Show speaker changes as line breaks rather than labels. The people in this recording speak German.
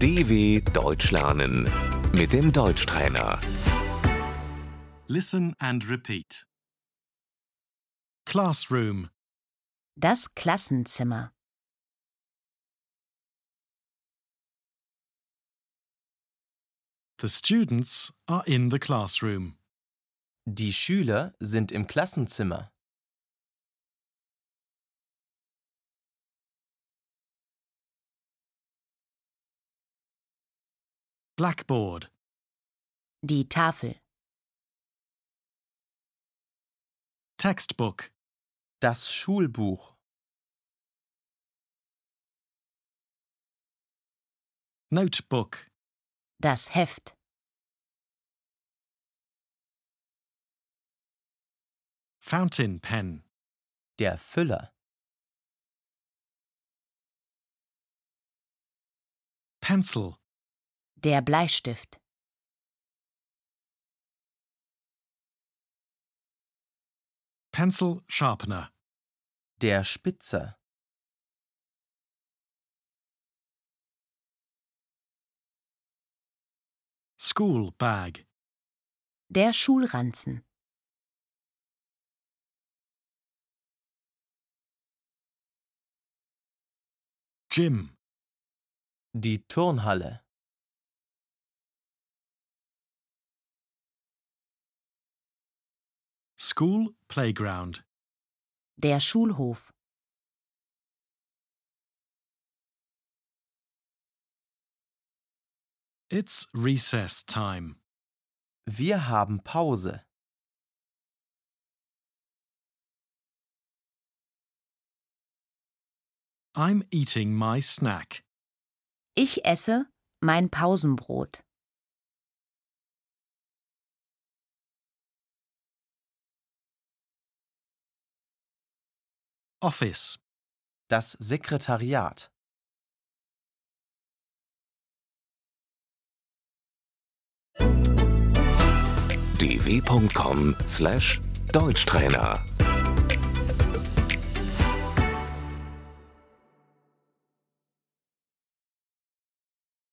DW Deutsch lernen mit dem Deutschtrainer.
Listen and repeat. Classroom,
Das Klassenzimmer.
the students are in the classroom.
Die Schüler sind im Klassenzimmer.
Blackboard,
Die Tafel.
textbook,
Das Schulbuch.
notebook,
Das Heft.
fountain pen,
Der Füller.
pencil,
Der Bleistift.
pencil sharpener,
Der Spitzer.
school bag,
Der Schulranzen.
gym,
Die Turnhalle.
school playground,
Der Schulhof.
it's recess time,
Wir haben Pause.
I'm eating my snack.
Ich esse mein Pausenbrot.
Office,
Das Sekretariat.
dw.com/deutschtrainer